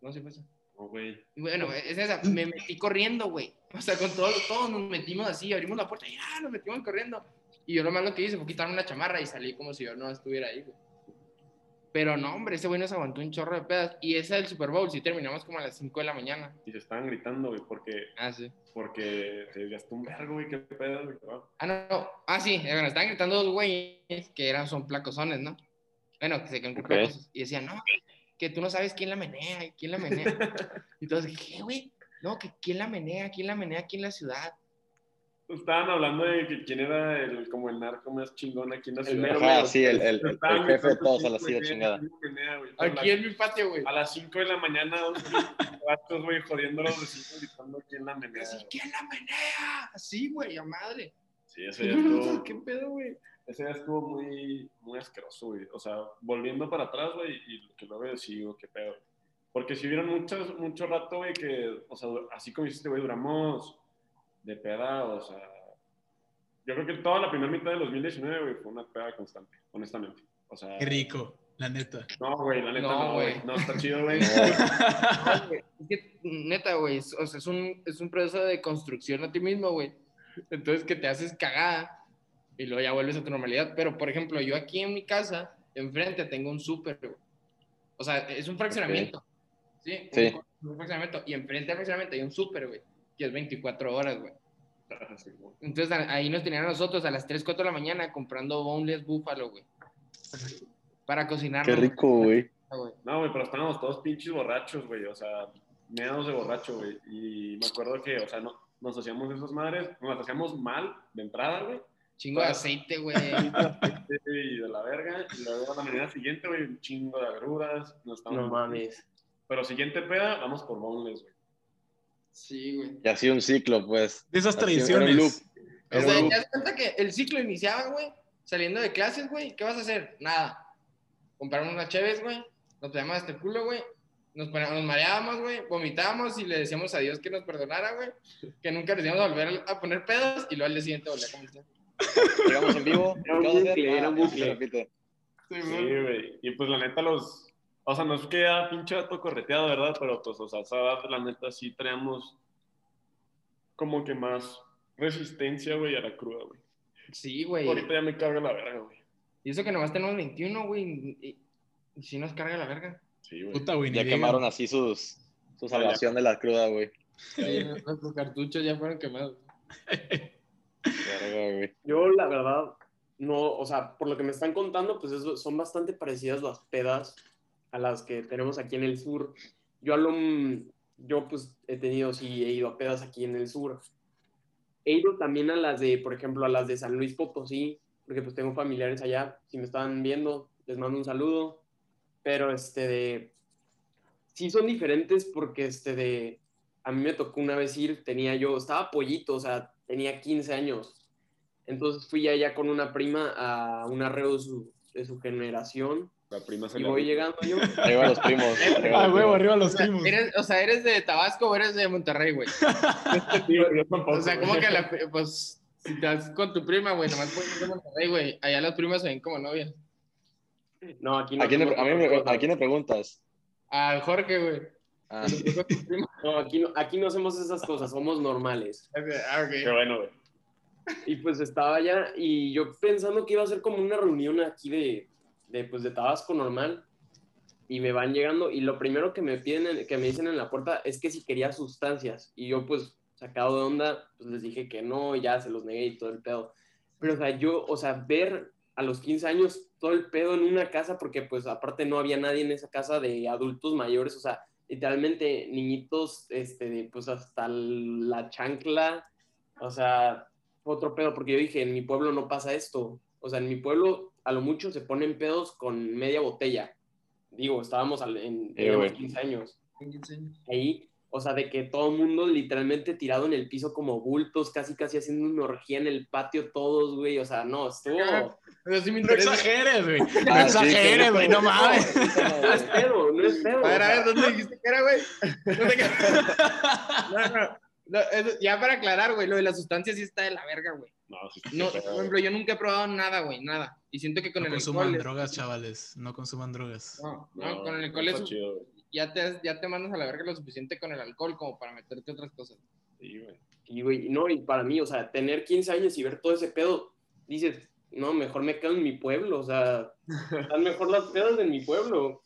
[SPEAKER 3] pues. sé qué pasa.
[SPEAKER 2] No, güey.
[SPEAKER 3] Y Bueno, es esa, me metí corriendo, güey. O sea, con todo, todos nos metimos así, abrimos la puerta y ah, nos metimos corriendo. Y yo lo malo que hice fue quitarme una chamarra y salí como si yo no estuviera ahí, güey. Pero no, hombre, ese güey nos aguantó un chorro de pedas. Y esa del Super Bowl, sí terminamos como a las 5 de la mañana.
[SPEAKER 2] Y se estaban gritando, güey, porque,
[SPEAKER 3] Ah, sí.
[SPEAKER 2] porque se gastó un vergo, güey. Qué pedo, güey. va.
[SPEAKER 3] Ah, no, no. Ah, sí, eh, bueno, estaban gritando dos güeyes que eran, son placosones, ¿no? Bueno, que se quedan
[SPEAKER 4] Ok.
[SPEAKER 3] placosos. Y decían, no, que tú no sabes quién la menea, y quién la menea. Y todos, ¿qué, güey? No, que quién la menea, quién la menea aquí en la ciudad.
[SPEAKER 2] Estaban hablando de que quién era el, como el narco más chingón aquí en la
[SPEAKER 5] El
[SPEAKER 2] ciudad.
[SPEAKER 5] mero,
[SPEAKER 2] güey.
[SPEAKER 4] Ajá, sí, el, el, el
[SPEAKER 2] Estaban
[SPEAKER 4] jefe de
[SPEAKER 2] gritando
[SPEAKER 4] todos a
[SPEAKER 2] así,
[SPEAKER 4] la silla
[SPEAKER 2] güey,
[SPEAKER 4] chingada.
[SPEAKER 2] así, güey, nada, güey. A
[SPEAKER 3] Aquí
[SPEAKER 2] la-
[SPEAKER 3] en mi patio, güey.
[SPEAKER 2] A las 5 de la mañana, dos vatos, güey, jodiendo a los vecinos, gritando quién la menea.
[SPEAKER 3] Así, ¿quién la menea? Así, güey, a madre.
[SPEAKER 2] Sí, eso ya estuvo.
[SPEAKER 3] ¿Qué pedo, güey?
[SPEAKER 2] Ese ya estuvo muy, muy asqueroso, güey. O sea, volviendo para atrás, güey, y que lo veo, sí, digo, qué pedo. Porque si vieron muchos, mucho rato, güey, que, o sea, así como hiciste, güey, duramos de peda, o sea. Yo creo que toda la primera mitad de 2019, güey, fue una peda constante, honestamente. O sea,
[SPEAKER 6] Qué rico, la neta.
[SPEAKER 2] No, güey, la neta
[SPEAKER 3] No,
[SPEAKER 2] no, güey.
[SPEAKER 3] güey.
[SPEAKER 2] No, está chido, güey.
[SPEAKER 3] No, güey, es que, neta, güey, es- o sea, es un, es un proceso de construcción a ti mismo, güey. Entonces, que te haces cagada y luego ya vuelves a tu normalidad. Pero, por ejemplo, yo aquí en mi casa, enfrente, tengo un súper, güey. O sea, es un fraccionamiento. Sí, un-
[SPEAKER 4] Sí.
[SPEAKER 3] un fraccionamiento. Y enfrente al fraccionamiento hay un súper, güey, que es 24 horas, güey.
[SPEAKER 2] Sí, güey.
[SPEAKER 3] Entonces a- ahí nos tenían a nosotros a las 3, 4 de la mañana comprando boneless búfalo, güey. Para
[SPEAKER 5] Ah,
[SPEAKER 3] cocinar.
[SPEAKER 4] Qué rico, güey.
[SPEAKER 2] No, güey, pero estábamos todos pinches borrachos, güey. O sea, meados de borracho, güey. Y me acuerdo que, o sea, no, nos hacíamos de esas madres, nos las hacíamos mal de entrada, güey.
[SPEAKER 3] Chingo de aceite, güey.
[SPEAKER 2] Y de la verga. Y luego a la mañana siguiente, güey, un chingo de agruras. Nos estábamos-
[SPEAKER 5] No mames.
[SPEAKER 2] Pero siguiente peda, vamos por boneless, güey.
[SPEAKER 3] Sí, güey.
[SPEAKER 4] Y así un ciclo, pues.
[SPEAKER 6] De esas
[SPEAKER 4] Así, era un
[SPEAKER 6] tradiciones.
[SPEAKER 3] O
[SPEAKER 4] Era un
[SPEAKER 3] sea,
[SPEAKER 4] loop.
[SPEAKER 3] te das cuenta que el ciclo iniciaba, güey. Saliendo de clases, güey. ¿Qué vas a hacer? Nada. Compramos unas cheves, güey. Nos poníamos hasta el culo, güey. Nos, poníamos- nos mareábamos, güey. Vomitábamos y le decíamos a Dios que nos perdonara, güey. Que nunca nos íbamos a volver a poner pedos y luego al día siguiente volver a comenzar.
[SPEAKER 4] Llegamos en vivo.
[SPEAKER 5] Era un
[SPEAKER 4] ¿Qué vamos a hacer?
[SPEAKER 5] bucle, era un
[SPEAKER 4] Ah, ya se
[SPEAKER 5] bucle.
[SPEAKER 4] repite.
[SPEAKER 2] Sí, güey. Y pues la neta, los. O sea, nos queda pinche dato correteado, ¿verdad? Pero pues, o sea, esa edad, la neta, sí traemos como que más resistencia, güey, a la cruda, güey.
[SPEAKER 3] Sí, güey.
[SPEAKER 2] Ahorita ya me carga la verga, güey.
[SPEAKER 3] Y eso que nomás tenemos 21, güey. Y, y si nos carga la verga.
[SPEAKER 2] Sí, güey.
[SPEAKER 6] Puta, güey. ni
[SPEAKER 4] Ya
[SPEAKER 6] digan.
[SPEAKER 4] quemaron así sus, su salvación de la cruda, güey.
[SPEAKER 3] Sí, nuestros cartuchos ya fueron quemados.
[SPEAKER 4] Verga, güey.
[SPEAKER 5] Yo, la verdad, no, o sea, por lo que me están contando, pues eso- son bastante parecidas las pedas a las que tenemos aquí en el sur. Yo, a lo, m- yo pues he tenido, sí, he ido a pedas aquí en el sur. He ido también a las de, por ejemplo, a las de San Luis Potosí, porque pues tengo familiares allá. Si me están viendo, les mando un saludo. Pero este de, sí son diferentes porque este de, a mí me tocó una vez ir, tenía yo, estaba pollito, o sea, tenía 15 años. Entonces fui allá con una prima a un arreo de su, de su generación.
[SPEAKER 2] La prima se
[SPEAKER 5] Y
[SPEAKER 2] la-
[SPEAKER 5] voy llegando yo.
[SPEAKER 4] Arriba los primos. arriba
[SPEAKER 6] Ah,
[SPEAKER 4] los
[SPEAKER 6] huevo,
[SPEAKER 4] primos.
[SPEAKER 6] arriba los
[SPEAKER 3] O sea,
[SPEAKER 6] primos.
[SPEAKER 3] eres, o sea, ¿eres de Tabasco o eres de Monterrey, güey?
[SPEAKER 2] Sí, güey, yo tampoco,
[SPEAKER 3] O sea, como
[SPEAKER 2] güey.
[SPEAKER 3] que la, pues, si estás con tu prima, güey, nomás puedes ir de Monterrey, güey. Allá las primas se ven como novias.
[SPEAKER 5] No, aquí no.
[SPEAKER 4] ¿A quién le,
[SPEAKER 5] tenemos
[SPEAKER 4] a mí me-
[SPEAKER 5] esas cosas.
[SPEAKER 4] a quién le preguntas?
[SPEAKER 3] Al Jorge, güey.
[SPEAKER 4] Ah,
[SPEAKER 3] Con tu prima.
[SPEAKER 5] No, aquí no, aquí no hacemos esas cosas, somos normales.
[SPEAKER 3] Ah,
[SPEAKER 2] Qué
[SPEAKER 3] ok.
[SPEAKER 2] bueno, güey.
[SPEAKER 5] Y pues estaba allá y yo pensando que iba a ser como una reunión aquí de, de, pues, de Tabasco normal. Y me van llegando y lo primero que me piden, en- que me dicen en la puerta es que si quería sustancias. Y yo pues sacado de onda, pues les dije que no, y ya se los negué y todo el pedo. Pero o sea, yo, o sea, ver a los 15 años todo el pedo en una casa, porque pues aparte no había nadie en esa casa de adultos mayores, o sea, literalmente niñitos, este, de, pues hasta la chancla, o sea, fue otro pedo, porque yo dije, en mi pueblo no pasa esto. O sea, en mi pueblo a lo mucho se ponen pedos con media botella. Digo, estábamos al- en
[SPEAKER 4] Eh, güey.
[SPEAKER 5] teníamos 15 años. ahí, o sea, de que todo el mundo literalmente tirado en el piso como bultos, casi casi haciendo una orgía en el patio todos, güey, o sea, no, estuvo...
[SPEAKER 3] Pero sí
[SPEAKER 1] No
[SPEAKER 3] me interesa.
[SPEAKER 1] exageres, güey. No
[SPEAKER 4] Ah, sí,
[SPEAKER 1] exageres,
[SPEAKER 4] claro.
[SPEAKER 1] güey. No mames.
[SPEAKER 5] No es pedo, no es pedo.
[SPEAKER 3] A ver, a
[SPEAKER 5] o
[SPEAKER 3] ver,
[SPEAKER 5] sea,
[SPEAKER 3] ¿dónde dijiste que era, güey? No te creas. No, no, no, eso- ya para aclarar, güey, lo de la sustancia sí está de la verga, güey.
[SPEAKER 2] No, sí,
[SPEAKER 3] No,
[SPEAKER 2] sí,
[SPEAKER 3] por
[SPEAKER 2] pero-
[SPEAKER 3] ejemplo, yo nunca he probado nada, güey, nada. Y siento que con
[SPEAKER 1] No
[SPEAKER 3] el
[SPEAKER 1] consuman
[SPEAKER 3] alcohol...
[SPEAKER 1] drogas, chavales. No consuman drogas.
[SPEAKER 3] No,
[SPEAKER 2] no,
[SPEAKER 3] no, Ah, con el
[SPEAKER 2] no
[SPEAKER 3] alcohol
[SPEAKER 2] está
[SPEAKER 3] es-
[SPEAKER 2] chido, güey.
[SPEAKER 3] ya, te, ya te mandas a la verga lo suficiente con el alcohol como para meterte otras cosas.
[SPEAKER 2] Sí, güey.
[SPEAKER 5] Y, güey, no, y para mí, o sea, tener 15 años y ver todo ese pedo, dices, no, mejor me quedo en mi pueblo, o sea, están mejor las pedas en mi pueblo.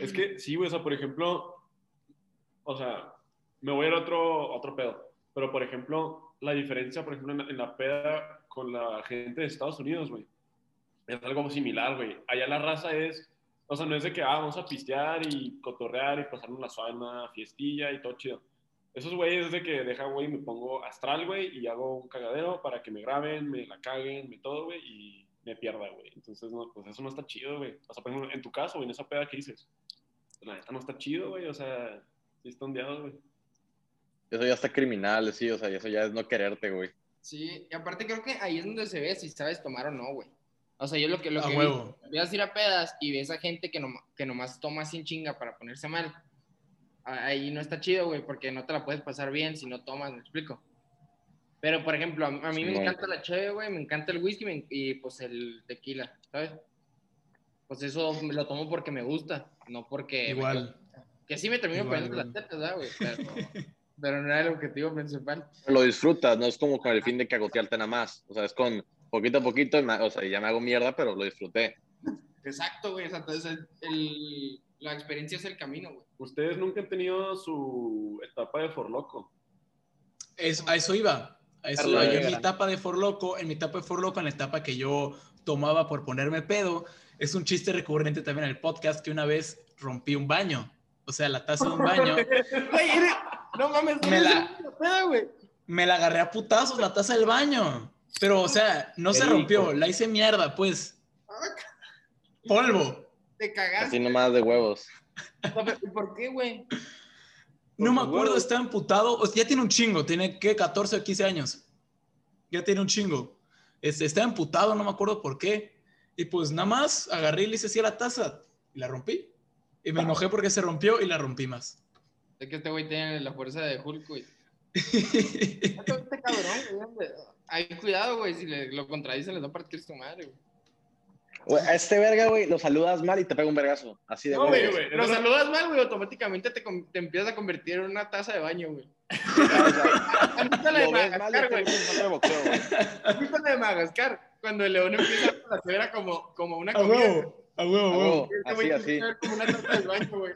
[SPEAKER 2] Es que sí, güey, o sea, por ejemplo, o sea, me voy a ir a otro, otro pedo, pero por ejemplo, la diferencia, por ejemplo, en la, en la peda con la gente de Estados Unidos, güey, es algo similar, güey. Allá la raza es, o sea, no es de que, ah, vamos a pistear y cotorrear y pasarnos la suana, fiestilla y todo chido. Esos güeyes es de que deja, güey, me pongo astral, güey, y hago un cagadero para que me graben, me la caguen, me todo, güey, y me pierda, güey. Entonces, no, pues eso no está chido, güey. O sea, por ejemplo, en tu caso, güey, en esa peda que dices, la neta no está chido, güey. O sea, sí está ondeado, güey.
[SPEAKER 4] Eso ya está criminal, sí, o sea, eso ya es no quererte, güey.
[SPEAKER 3] Sí, y aparte creo que ahí es donde se ve si sabes tomar o no, güey. O sea, yo lo que lo
[SPEAKER 1] A
[SPEAKER 3] que
[SPEAKER 1] huevo.
[SPEAKER 3] vi- veas ir a pedas y ves a gente que, noma- que nomás toma sin chinga para ponerse mal. a- Ahí no está chido, güey, porque no te la puedes pasar bien si no tomas, me explico. Pero, por ejemplo, a, a mí me
[SPEAKER 4] Simón.
[SPEAKER 3] encanta la cheve, güey, me encanta el whisky me en- y pues el tequila, ¿sabes? Pues eso me lo tomo porque me gusta, no porque... me
[SPEAKER 1] Igual.
[SPEAKER 3] que sí me termino
[SPEAKER 1] Igual,
[SPEAKER 3] poniendo las
[SPEAKER 1] güey.
[SPEAKER 3] tetas, ¿verdad, güey? Pero, pero no era el objetivo principal.
[SPEAKER 4] Lo disfrutas, no es como con el fin de cagotearte nada más. O sea, es con poquito a poquito, y ma- o sea, ya me hago mierda, pero lo disfruté.
[SPEAKER 3] Exacto, güey. exacto. Entonces, el- la experiencia es el camino, güey.
[SPEAKER 2] Ustedes nunca han tenido su etapa de forloco.
[SPEAKER 1] Es- a eso iba. A eso
[SPEAKER 5] Carla
[SPEAKER 1] iba. Yo en mi
[SPEAKER 5] Negra.
[SPEAKER 1] etapa de Forloco, en mi etapa de Forloco, en la etapa que yo tomaba por ponerme pedo, es un chiste recurrente también en el podcast que una vez rompí un baño. O sea, la taza de un baño.
[SPEAKER 3] no mames,
[SPEAKER 1] Me la-
[SPEAKER 3] güey.
[SPEAKER 1] Me la agarré a putazos la taza del baño. Pero, o sea, no se
[SPEAKER 5] Qué rico.
[SPEAKER 1] rompió. La hice mierda, pues.
[SPEAKER 3] Ah,
[SPEAKER 1] Polvo.
[SPEAKER 3] Te
[SPEAKER 4] Así
[SPEAKER 3] cagaste.
[SPEAKER 4] nomás de huevos.
[SPEAKER 3] ¿Y por qué, güey?
[SPEAKER 1] No me
[SPEAKER 5] Por
[SPEAKER 1] acuerdo,
[SPEAKER 5] huevo.
[SPEAKER 1] está amputado. O sea, ya tiene un chingo, tiene ¿qué? 14 o 15 años. Ya tiene un chingo. Este, está amputado, no me acuerdo por qué. Y pues nada más agarré y le hice así a la taza y la rompí. Y me enojé porque se rompió y la rompí más.
[SPEAKER 3] Es que este güey tiene la fuerza de Hulk, güey.
[SPEAKER 1] sí,
[SPEAKER 3] Este este cabrón, güey. Hay cuidado, güey. Si le- lo contradicen, les va a partir su madre, güey.
[SPEAKER 4] Güey, a este verga, güey, lo saludas mal y te pega un vergazo. Así de
[SPEAKER 2] No,
[SPEAKER 4] huevos.
[SPEAKER 2] güey, güey.
[SPEAKER 3] Lo saludas mal, güey. Automáticamente te, com- te empiezas a convertir en una taza de baño, güey.
[SPEAKER 4] O sea,
[SPEAKER 3] Ahorita la de
[SPEAKER 4] lo ves mal este
[SPEAKER 3] Madagascar,
[SPEAKER 4] y te
[SPEAKER 3] güey.
[SPEAKER 4] pega un falta de boxeo, güey.
[SPEAKER 3] Ahorita la de Madagascar. Cuando el león empieza a hacer era como, como una
[SPEAKER 1] a
[SPEAKER 3] comida.
[SPEAKER 1] huevo, a huevo, a
[SPEAKER 4] A
[SPEAKER 1] huevo.
[SPEAKER 4] huevo,
[SPEAKER 3] Este
[SPEAKER 4] Así, así.
[SPEAKER 3] Como una taza del baño, güey.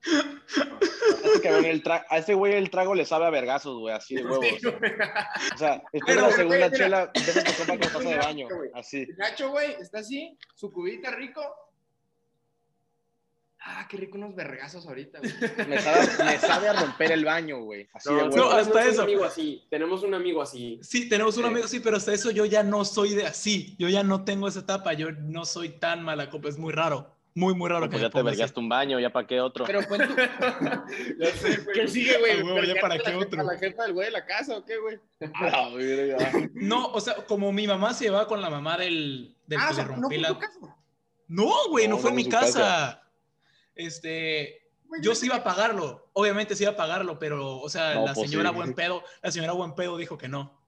[SPEAKER 4] Así que, güey, el tra- a este güey el trago le sabe a vergazos, güey, así de huevos.
[SPEAKER 3] Sí, güey.
[SPEAKER 4] O sea, después
[SPEAKER 3] Pero,
[SPEAKER 4] de la
[SPEAKER 3] güey,
[SPEAKER 4] segunda
[SPEAKER 3] mira.
[SPEAKER 4] chela, deja tu copa con taza de baño,
[SPEAKER 3] Güey.
[SPEAKER 4] así.
[SPEAKER 3] Nacho, güey, está así, su cubita rico. Ah, qué rico unos vergazos ahorita, güey.
[SPEAKER 4] Me sabe, me sabe a romper el baño, güey. Así de
[SPEAKER 5] No,
[SPEAKER 4] huevos.
[SPEAKER 1] no, hasta
[SPEAKER 5] tenemos
[SPEAKER 1] eso.
[SPEAKER 5] Un amigo así, tenemos un amigo así.
[SPEAKER 1] Sí, tenemos un
[SPEAKER 4] Sí.
[SPEAKER 1] amigo, sí, pero hasta eso yo ya no soy de así. Yo ya no tengo esa etapa. Yo no soy tan mala copa. Es muy raro. Muy, muy raro
[SPEAKER 4] No,
[SPEAKER 1] que
[SPEAKER 4] pues
[SPEAKER 1] me
[SPEAKER 4] ya te
[SPEAKER 1] ponga así.
[SPEAKER 4] vergaste un baño, ya para qué otro.
[SPEAKER 3] Pero pues tú-
[SPEAKER 2] Ya sé, güey.
[SPEAKER 3] ¿Qué sigue, güey?
[SPEAKER 1] Ah, huevo, ya para
[SPEAKER 3] ¿Vergaste
[SPEAKER 1] qué
[SPEAKER 3] la jefa-
[SPEAKER 1] otro.
[SPEAKER 3] ¿La jefa del güey de la casa o qué, güey?
[SPEAKER 4] A la verga.
[SPEAKER 1] No, o sea, como mi mamá se llevaba con la mamá del, del
[SPEAKER 3] Ah,
[SPEAKER 1] que
[SPEAKER 3] o sea,
[SPEAKER 1] le
[SPEAKER 3] no
[SPEAKER 1] rompí
[SPEAKER 3] fue
[SPEAKER 1] la-
[SPEAKER 3] tu casa.
[SPEAKER 1] No, güey, no, fue
[SPEAKER 4] No, no
[SPEAKER 1] en
[SPEAKER 4] fue
[SPEAKER 1] mi
[SPEAKER 4] su
[SPEAKER 1] casa.
[SPEAKER 4] casa.
[SPEAKER 1] Este,
[SPEAKER 3] Güey,
[SPEAKER 1] yo sí iba a pagarlo. Obviamente sí iba a pagarlo, pero, o sea,
[SPEAKER 4] No,
[SPEAKER 1] la
[SPEAKER 4] pues,
[SPEAKER 1] señora
[SPEAKER 4] sí.
[SPEAKER 1] buen pedo, la señora buen pedo dijo que no.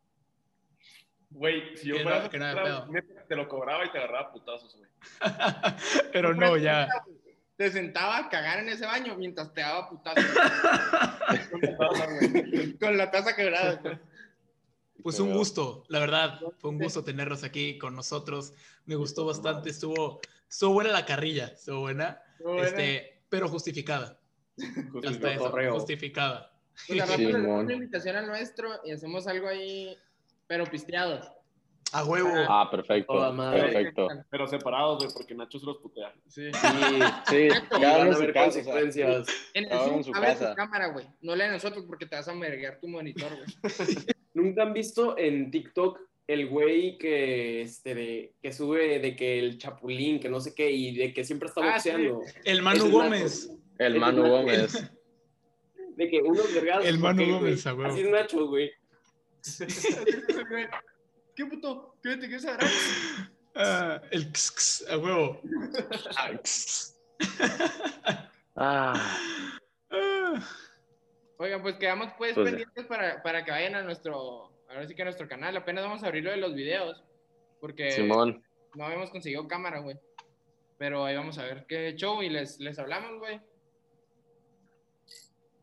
[SPEAKER 2] Güey, si yo
[SPEAKER 1] Que
[SPEAKER 2] fuera
[SPEAKER 1] no, que no,
[SPEAKER 2] otra,
[SPEAKER 1] pedo.
[SPEAKER 2] neta, te lo cobraba y te agarraba a putazos, güey.
[SPEAKER 1] pero
[SPEAKER 3] Fue
[SPEAKER 1] no,
[SPEAKER 3] tu
[SPEAKER 1] ya.
[SPEAKER 3] casa, güey. Te sentaba a cagar en ese baño mientras te daba putazo. Con la taza, güey. Con la taza quebrada. güey.
[SPEAKER 1] Pues
[SPEAKER 4] Qué
[SPEAKER 1] un
[SPEAKER 4] pedo.
[SPEAKER 1] gusto, la verdad. Fue un gusto tenerlos aquí con nosotros. Me gustó bastante. Estuvo, estuvo buena la carrilla, estuvo buena.
[SPEAKER 3] Bueno,
[SPEAKER 1] Este, pero justificada. Hasta eso,
[SPEAKER 5] cotorreo.
[SPEAKER 1] justificada.
[SPEAKER 3] pues, al rato les damos
[SPEAKER 4] Simón.
[SPEAKER 3] una invitación al nuestro y hacemos algo ahí, pero pisteados.
[SPEAKER 1] A huevo.
[SPEAKER 4] Ah, perfecto.
[SPEAKER 5] Toda madre.
[SPEAKER 4] Perfecto.
[SPEAKER 2] Pero separados, güey, porque Nacho se los putea.
[SPEAKER 3] Sí.
[SPEAKER 5] Y van
[SPEAKER 4] Sí,
[SPEAKER 5] a
[SPEAKER 4] cada uno en su
[SPEAKER 5] haber
[SPEAKER 4] casa, o sea,
[SPEAKER 5] consecuencias.
[SPEAKER 3] En el
[SPEAKER 4] Cada uno
[SPEAKER 3] Zoom,
[SPEAKER 4] en su
[SPEAKER 3] abre
[SPEAKER 4] casa.
[SPEAKER 3] tu cámara, güey. No la de nosotros porque te vas a merguear tu monitor, güey.
[SPEAKER 5] ¿Nunca han visto en TikTok el güey que, este, de, que sube de que el chapulín, que no sé qué, y de que siempre está
[SPEAKER 3] Ah,
[SPEAKER 5] boxeando?
[SPEAKER 1] El
[SPEAKER 5] Ese
[SPEAKER 1] Manu
[SPEAKER 5] es Nacho.
[SPEAKER 1] Gómez.
[SPEAKER 4] El Manu Gómez.
[SPEAKER 5] De que unos vergados.
[SPEAKER 7] El
[SPEAKER 5] ¿por
[SPEAKER 7] Manu
[SPEAKER 5] qué, güey?
[SPEAKER 7] Gómez, a huevo.
[SPEAKER 5] Así es Nacho, güey.
[SPEAKER 3] ¿Qué puto? ¿Qué te quieres agarrar?
[SPEAKER 7] Ah, el x, x, a huevo.
[SPEAKER 4] Ah,
[SPEAKER 7] Ah,
[SPEAKER 3] Oigan, pues quedamos pues,
[SPEAKER 4] Pues ya.
[SPEAKER 3] pendientes para, para que vayan a nuestro, ahora sí que a nuestro canal. Apenas vamos a abrir lo de los videos, porque
[SPEAKER 4] Simón.
[SPEAKER 3] no habíamos conseguido cámara, güey. Pero ahí vamos a ver qué show y les, les hablamos, güey.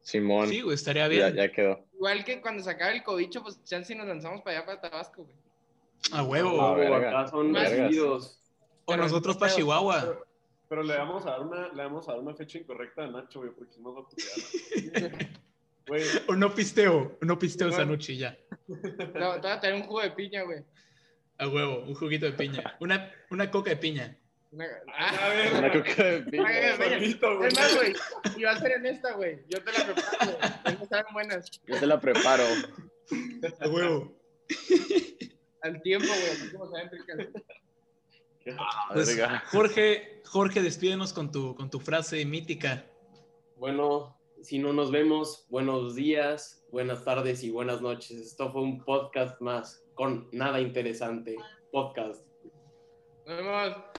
[SPEAKER 4] Simón.
[SPEAKER 6] Sí, güey, estaría
[SPEAKER 4] ya,
[SPEAKER 6] bien.
[SPEAKER 4] ya quedó.
[SPEAKER 3] Igual que cuando se acabe el cobicho, pues chance y nos lanzamos para allá, para Tabasco, güey.
[SPEAKER 6] A huevo.
[SPEAKER 4] Ah,
[SPEAKER 5] Como
[SPEAKER 4] verga.
[SPEAKER 5] acá son
[SPEAKER 3] Vergas.
[SPEAKER 5] recibidos.
[SPEAKER 6] o nosotros para Chihuahua.
[SPEAKER 2] Pero le vamos a dar una, le vamos a dar una fecha incorrecta a Nacho, güey, porque si no va a putear. Güey,
[SPEAKER 7] O no pisteo, o no pisteo esa
[SPEAKER 2] Simón.
[SPEAKER 7] noche y ya.
[SPEAKER 3] Te va- te va a traer un jugo de piña, güey.
[SPEAKER 7] A huevo,
[SPEAKER 6] Un juguito de piña. Una, una coca de piña.
[SPEAKER 3] Una- Ah,
[SPEAKER 2] a ver,
[SPEAKER 4] Una coca de piña.
[SPEAKER 3] Ay, ay, ay.
[SPEAKER 2] solito, güey.
[SPEAKER 3] Es más, güey, y va a ser en esta, güey. Yo te la preparo, güey. Ahí Están buenas.
[SPEAKER 4] Yo te la preparo.
[SPEAKER 7] a huevo.
[SPEAKER 3] Al tiempo, güey. así como saben ricas.
[SPEAKER 6] Pues,
[SPEAKER 4] Verga.
[SPEAKER 6] Jorge, Jorge, despídenos con tu, con tu frase mítica.
[SPEAKER 5] Bueno, si no nos vemos, buenos días, buenas tardes y buenas noches. Esto fue un podcast más con nada interesante. Podcast.
[SPEAKER 3] Nos vemos.